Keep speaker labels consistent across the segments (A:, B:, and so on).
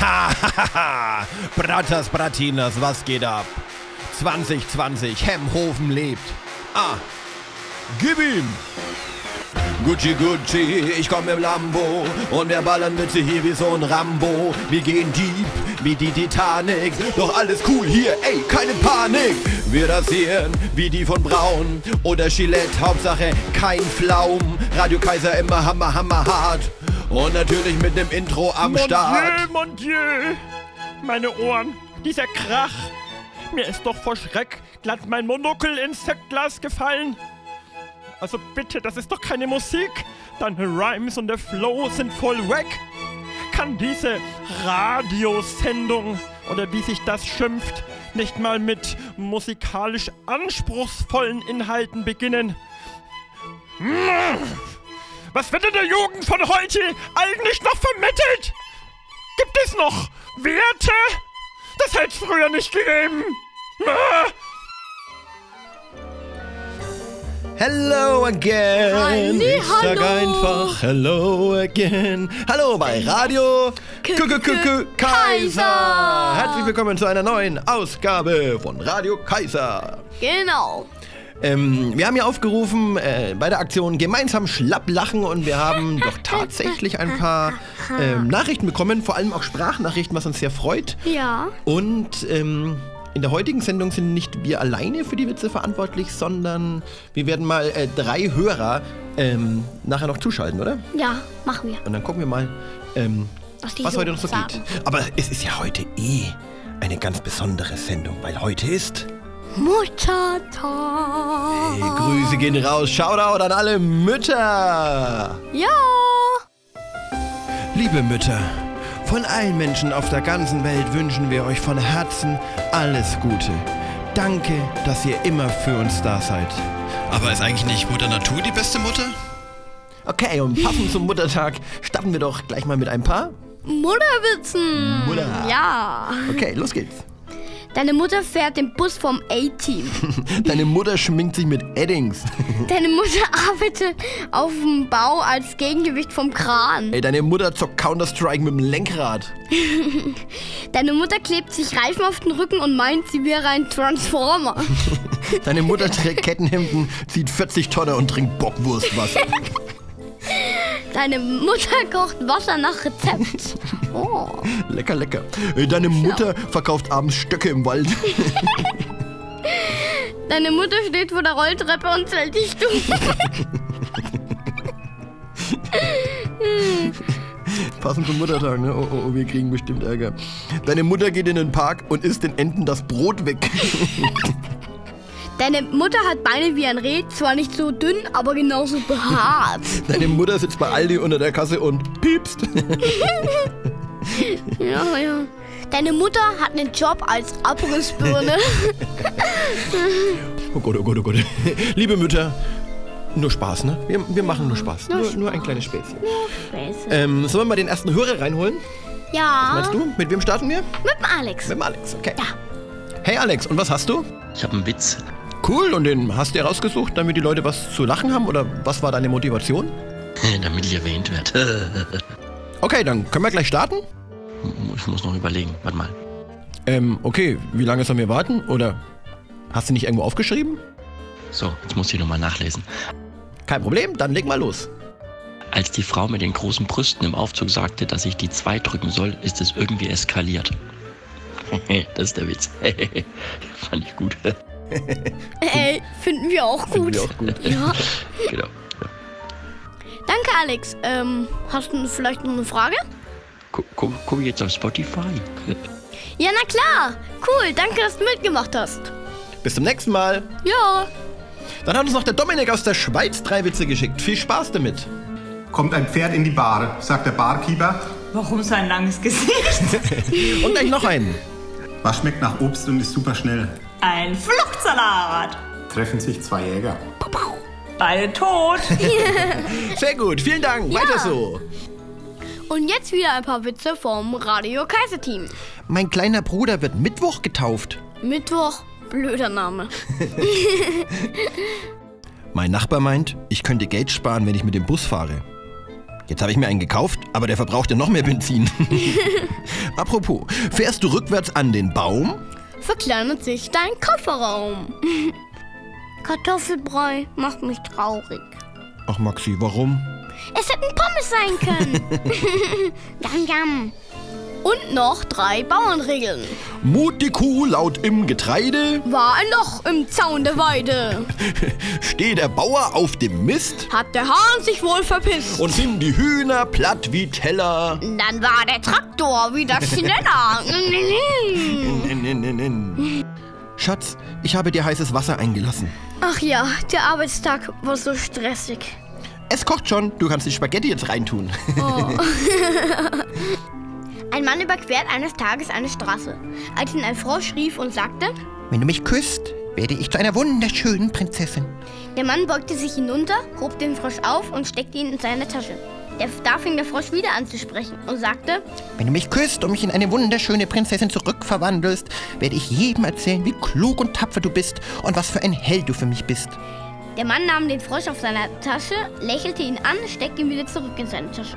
A: Hahaha! Bratas Bratinas, was geht ab? 2020, Hemhofen lebt. Ah, gib ihm! Gucci Gucci, ich komm im Lambo und wir ballern Witze hier wie so ein Rambo. Wir gehen deep wie die Titanic, doch alles cool hier, ey, keine Panik. Wir rasieren wie die von Braun oder Gillette, Hauptsache kein Flaum. Radio Kaiser immer hammer, hammer hart und natürlich mit dem Intro am
B: Mon
A: Start.
B: Dieu, mon Dieu! Meine Ohren, dieser Krach! Mir ist doch vor Schreck glatt mein Monokel ins Sektglas gefallen. Also bitte, das ist doch keine Musik. Deine Rhymes und der Flow sind voll weg. Kann diese Radiosendung oder wie sich das schimpft, nicht mal mit musikalisch anspruchsvollen Inhalten beginnen? Hm. Was wird in der Jugend von heute eigentlich noch vermittelt? Gibt es noch Werte? Das hätte es früher nicht gegeben. Ah!
A: Hello again.
C: Halli,
A: ich sag
C: hallo.
A: einfach Hello again. Hallo bei Radio
C: K-
A: K- K- K- K- Kaiser.
C: Kaiser.
A: Herzlich willkommen zu einer neuen Ausgabe von Radio Kaiser.
C: Genau.
A: Ähm, wir haben hier aufgerufen äh, bei der Aktion gemeinsam schlapp lachen und wir haben doch tatsächlich ein paar ähm, Nachrichten bekommen, vor allem auch Sprachnachrichten, was uns sehr freut.
C: Ja.
A: Und ähm, in der heutigen Sendung sind nicht wir alleine für die Witze verantwortlich, sondern wir werden mal äh, drei Hörer ähm, nachher noch zuschalten, oder?
C: Ja, machen wir.
A: Und dann gucken wir mal, ähm,
C: Was die
A: was heute noch
C: Jungs
A: so geht.
C: sagen.
A: Aber es ist ja heute eh eine ganz besondere Sendung, weil heute ist...
C: Muttertag. Oh.
A: Hey, Grüße gehen raus, Shoutout an alle Mütter!
C: Ja.
A: Liebe Mütter, von allen Menschen auf der ganzen Welt wünschen wir euch von Herzen alles Gute. Danke, dass ihr immer für uns da seid. Aber ist eigentlich nicht Mutter Natur die beste Mutter? Okay, und passend zum Muttertag starten wir doch gleich mal mit ein paar.
C: Mutterwitzen.
A: Mutter.
C: Ja.
A: Okay, los geht's.
C: Deine Mutter fährt den Bus vom A-Team.
A: Deine Mutter schminkt sich mit Eddings.
C: Deine Mutter arbeitet auf dem Bau als Gegengewicht vom Kran.
A: Ey, deine Mutter zockt Counter-Strike mit dem Lenkrad.
C: Deine Mutter klebt sich Reifen auf den Rücken und meint, sie wäre ein Transformer.
A: Deine Mutter trägt Kettenhemden, zieht 40 Tonnen und trinkt Bockwurstwasser.
C: Deine Mutter kocht Wasser nach Rezept. Oh.
A: Lecker, lecker. Ey, Deine Mutter verkauft abends Stöcke im Wald.
C: Deine Mutter steht vor der Rolltreppe und zählt die Stunden.
A: Passend zum Muttertag, ne? Oh, oh, oh, wir kriegen bestimmt Ärger. Deine Mutter geht in den Park und isst den Enten das Brot weg.
C: Deine Mutter hat Beine wie ein Reh, zwar nicht so dünn, aber genauso behaart.
A: Deine Mutter sitzt bei Aldi unter der Kasse und piepst.
C: Ja, ja. Deine Mutter hat einen Job als Abrissbirne.
A: Oh Gott, oh Gott, oh Gott. Liebe Mütter, nur Spaß, ne? Wir, wir machen nur Spaß. Nur, nur ein kleines Späßchen. Ähm, sollen wir mal den ersten Hörer reinholen?
C: ja.
A: Meinst du? Mit wem starten wir?
C: Mit dem Alex.
A: Mit dem Alex, okay.
C: Ja.
A: Hey Alex, und was hast du?
D: Ich habe einen Witz.
A: Cool, und den hast du dir rausgesucht, damit die Leute was zu lachen haben? Oder was war deine Motivation?
D: Damit ich erwähnt werde.
A: Okay, dann können wir gleich starten.
D: ich muss noch überlegen. Warte mal.
A: Ähm, okay, wie lange sollen wir warten? Oder hast du nicht irgendwo aufgeschrieben?
D: So, jetzt muss ich nochmal nachlesen.
A: Kein Problem, dann leg mal los.
D: Als die Frau mit den großen Brüsten im Aufzug sagte, dass ich die 2 drücken soll, ist es irgendwie eskaliert. das ist der Witz. Fand ich gut.
C: Ey, finden wir auch gut.
A: auch gut.
C: Ja.
D: genau.
C: Danke, Alex. Ähm, hast du vielleicht noch eine Frage?
D: Gu- gu- Guck ich jetzt auf Spotify.
C: Ja, na klar. Cool, danke, dass du mitgemacht hast.
A: Bis zum nächsten Mal.
C: Ja.
A: Dann hat uns noch der Dominik aus der Schweiz drei Witze geschickt. Viel Spaß damit.
E: Kommt ein Pferd in die Bar, sagt der Barkeeper.
F: Warum so ein langes Gesicht?
A: Und gleich noch einen.
E: Was schmeckt nach Obst und ist super schnell?
F: Ein Fluchtsalat.
E: Treffen sich zwei Jäger.
F: Beide tot.
A: Sehr gut, vielen Dank. Weiter so.
C: Und jetzt wieder ein paar Witze vom Radio Kaiser Team.
A: Mein kleiner Bruder wird Mittwoch getauft.
C: Mittwoch, blöder Name.
A: Mein Nachbar meint, ich könnte Geld sparen, wenn ich mit dem Bus fahre. Jetzt habe ich mir einen gekauft, aber der verbrauchte noch mehr Benzin. Apropos, fährst du rückwärts an den Baum?
C: verkleinert sich dein Kofferraum. Kartoffelbrei macht mich traurig.
A: Ach Maxi, warum?
C: Es hätten Pommes sein können. yum, yum. Und noch drei Bauernregeln.
A: Mut die Kuh laut im Getreide,
C: War ein Loch im Zaun der Weide.
A: steht der Bauer auf dem Mist
C: Hat der Hahn sich wohl verpisst.
A: und sind die Hühner platt wie Teller.
C: dann war der Traktor wieder schneller.
A: Schatz, ich habe dir heißes Wasser eingelassen.
C: Ach ja, der Arbeitstag war so stressig.
A: Es kocht schon, du kannst die Spaghetti jetzt reintun.
C: Ein Mann überquert eines Tages eine Straße, als ihn ein Frosch rief und sagte,
A: Wenn du mich küsst, werde ich zu einer wunderschönen Prinzessin.
C: Der Mann beugte sich hinunter, hob den Frosch auf und steckte ihn in seine Tasche. Der, da fing der Frosch wieder an zu sprechen und sagte,
A: Wenn du mich küsst und mich in eine wunderschöne Prinzessin zurückverwandelst, werde ich jedem erzählen, wie klug und tapfer du bist und was für ein Held du für mich bist.
C: der Mann nahm den Frosch auf seiner Tasche, lächelte ihn an, steckte ihn wieder zurück in seine Tasche.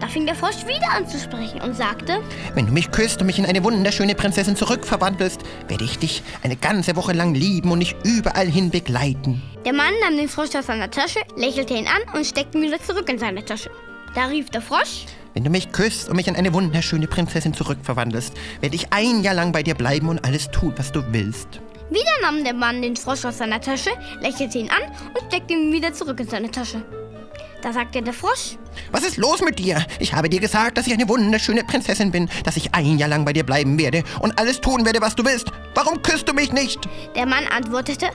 C: Da fing der Frosch wieder an zu sprechen und sagte,
A: Wenn du mich küsst und mich in eine wunderschöne Prinzessin zurückverwandelst, werde ich dich eine ganze Woche lang lieben und dich überall hin begleiten.
C: der Mann nahm den Frosch aus seiner Tasche, lächelte ihn an und steckte ihn wieder zurück in seine Tasche. Da rief der Frosch,
A: Wenn du mich küsst und mich in eine wunderschöne Prinzessin zurückverwandelst, werde ich ein Jahr lang bei dir bleiben und alles tun, was du willst.
C: wieder nahm der Mann den Frosch aus seiner Tasche, lächelte ihn an und steckte ihn wieder zurück in seine Tasche. Da sagte der Frosch,
A: Was ist los mit dir? Ich habe dir gesagt, dass ich eine wunderschöne Prinzessin bin, dass ich ein Jahr lang bei dir bleiben werde und alles tun werde, was du willst. Warum küsst du mich nicht?
C: der Mann antwortete,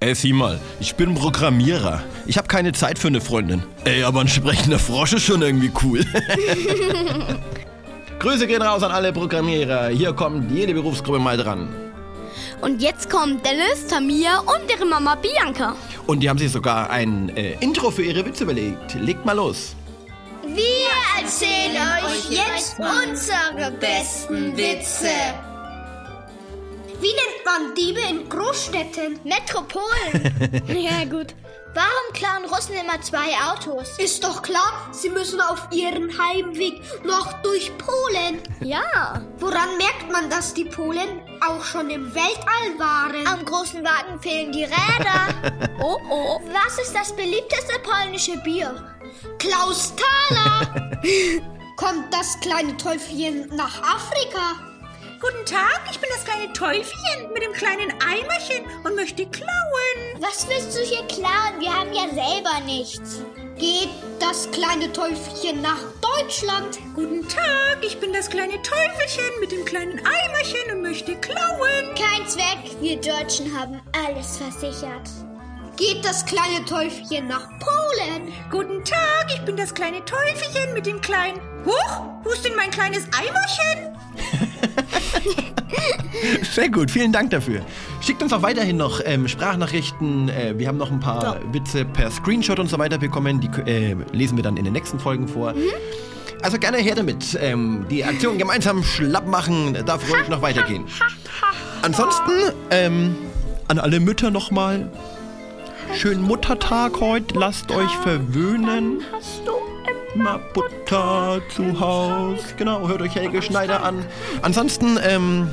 A: Ey, sieh mal, ich bin Programmierer. Ich habe keine Zeit für eine Freundin. Ey, aber ein sprechender Frosch ist schon irgendwie cool. Grüße gehen raus an alle Programmierer. Hier kommt jede Berufsgruppe mal dran.
C: Und jetzt kommen Dennis, Tamia und ihre Mama Bianca.
A: Und die haben sich sogar ein äh, Intro für ihre Witze überlegt. Legt mal los.
G: Wir erzählen euch jetzt unsere besten Witze. Wie nennt man Diebe in Großstädten? Metropolen.
C: Ja, gut.
G: Warum klauen Russen immer zwei Autos? Ist doch klar, sie müssen auf ihren Heimweg noch durch Polen.
C: Ja.
G: Woran merkt man, dass die Polen auch schon im Weltall waren? Am großen Wagen fehlen die Räder.
C: Oh, oh.
G: Was ist das beliebteste polnische Bier? Klaus Thaler! Kommt das kleine Teufelchen nach Afrika? Guten Tag, ich bin das kleine Teufelchen mit dem kleinen Eimerchen und möchte klauen. Was willst du hier klauen? Wir haben ja selber nichts. Geht das kleine Teufelchen nach Deutschland? Guten Tag, ich bin das kleine Teufelchen mit dem kleinen Eimerchen und möchte klauen. Kein Zweck, wir Deutschen haben alles versichert geht das kleine Teufelchen nach Polen. Guten Tag, ich bin das kleine Teufelchen mit dem kleinen. Huch, wo ist denn mein kleines Eimerchen?
A: Sehr gut, vielen Dank dafür. Schickt uns auch weiterhin noch ähm, Sprachnachrichten. Äh, wir haben noch ein paar Witze per Screenshot und so weiter bekommen. Die äh, lesen wir dann in den nächsten Folgen vor. Also gerne her damit. Ähm, die Aktion gemeinsam schlapp machen darf ruhig noch weitergehen. Ansonsten ähm, an alle Mütter nochmal. Schönen Muttertag heute. Lasst euch verwöhnen. Immer Butter zu Haus. Genau, hört euch Helge Schneider an. Ansonsten, ähm,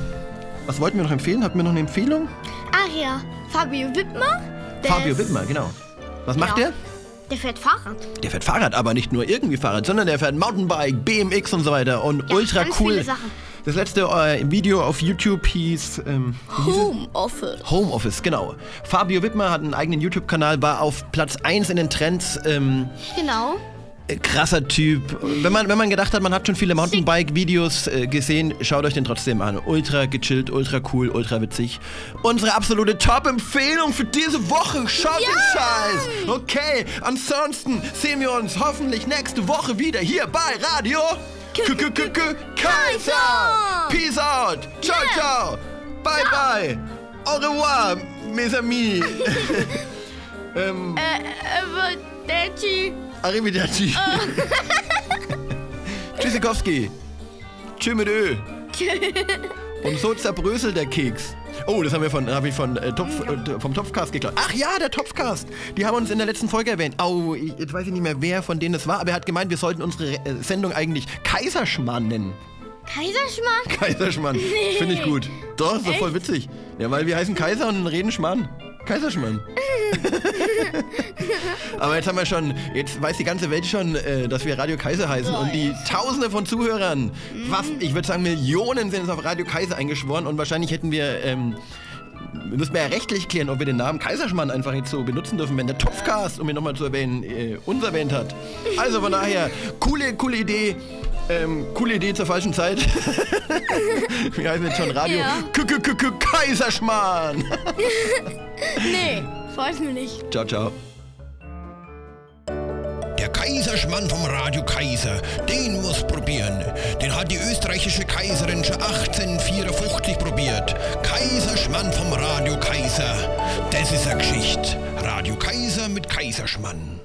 A: was wollten wir noch empfehlen? Hatten wir noch eine Empfehlung?
C: Ach ja, Fabio Wittmer. der
A: Fabio
C: ist-
A: Wittmer, genau. Was macht
C: Ja.
A: der?
C: Der fährt Fahrrad.
A: Der fährt Fahrrad, aber nicht nur irgendwie Fahrrad, sondern der fährt Mountainbike, BMX und so weiter und
C: Ja,
A: ultra
C: ganz
A: cool.
C: viele Sachen.
A: Das letzte äh, Video auf YouTube hieß ähm,
C: Homeoffice.
A: Homeoffice, genau. Fabio Wittmer hat einen eigenen YouTube-Kanal, war auf Platz 1 in den Trends. Ähm,
C: Genau.
A: äh, krasser Typ. Wenn man, wenn man gedacht hat, man hat schon viele Mountainbike-Videos äh, gesehen, schaut euch den trotzdem an. Ultra gechillt, ultra cool, ultra witzig. Unsere absolute Top-Empfehlung für diese Woche. Schaut den Scheiß. Okay, ansonsten sehen wir uns hoffentlich nächste Woche wieder hier bei Radio K -K -K -K Kaiser. Peace out. Ciao, ciao. Bye, bye. Au revoir, mes amis. ähm,
C: Daddy.
A: Arrivederci. Tschüssikowski. Tschö mit Ö. Und so zerbröselt der Keks.
H: Oh, das haben wir von, hab ich von, äh, Topf, äh, vom Topfcast geklaut. Ach ja, der Topfcast. Die haben uns in der letzten Folge erwähnt. Au, ich, jetzt weiß ich nicht mehr, wer von denen das war, aber er hat gemeint, wir sollten unsere äh, Sendung eigentlich Kaiserschmarrn nennen.
C: Kaiserschmarrn?
H: Kaiserschmarrn. Finde ich gut. Doch, ist doch voll witzig. Ja, weil wir heißen Kaiser und reden Schmarrn. Kaiserschmarrn. Aber jetzt haben wir schon, jetzt weiß die ganze Welt schon, äh, dass wir Radio Kaiser heißen. Und die Tausende von Zuhörern, fast, ich würde sagen Millionen sind jetzt auf Radio Kaiser eingeschworen und wahrscheinlich hätten wir, ähm, müssen wir ja rechtlich klären, ob wir den Namen Kaiserschmarrn einfach jetzt so benutzen dürfen, wenn der Topfcast, um ihn nochmal zu erwähnen, äh, uns erwähnt hat. Also von daher, coole, coole Idee. Ähm, coole Idee zur falschen Zeit. wir heißen jetzt schon Radio
C: Ja.
H: K -K -K -K Kaiserschmarrn.
C: Nee, freut mich nicht.
H: Ciao, ciao.
B: Der Kaiserschmann vom Radio Kaiser, den muss probieren. Den hat die österreichische Kaiserin schon 1854 probiert. Kaiserschmann vom Radio Kaiser. Das ist eine Geschichte. Radio Kaiser mit Kaiserschmann.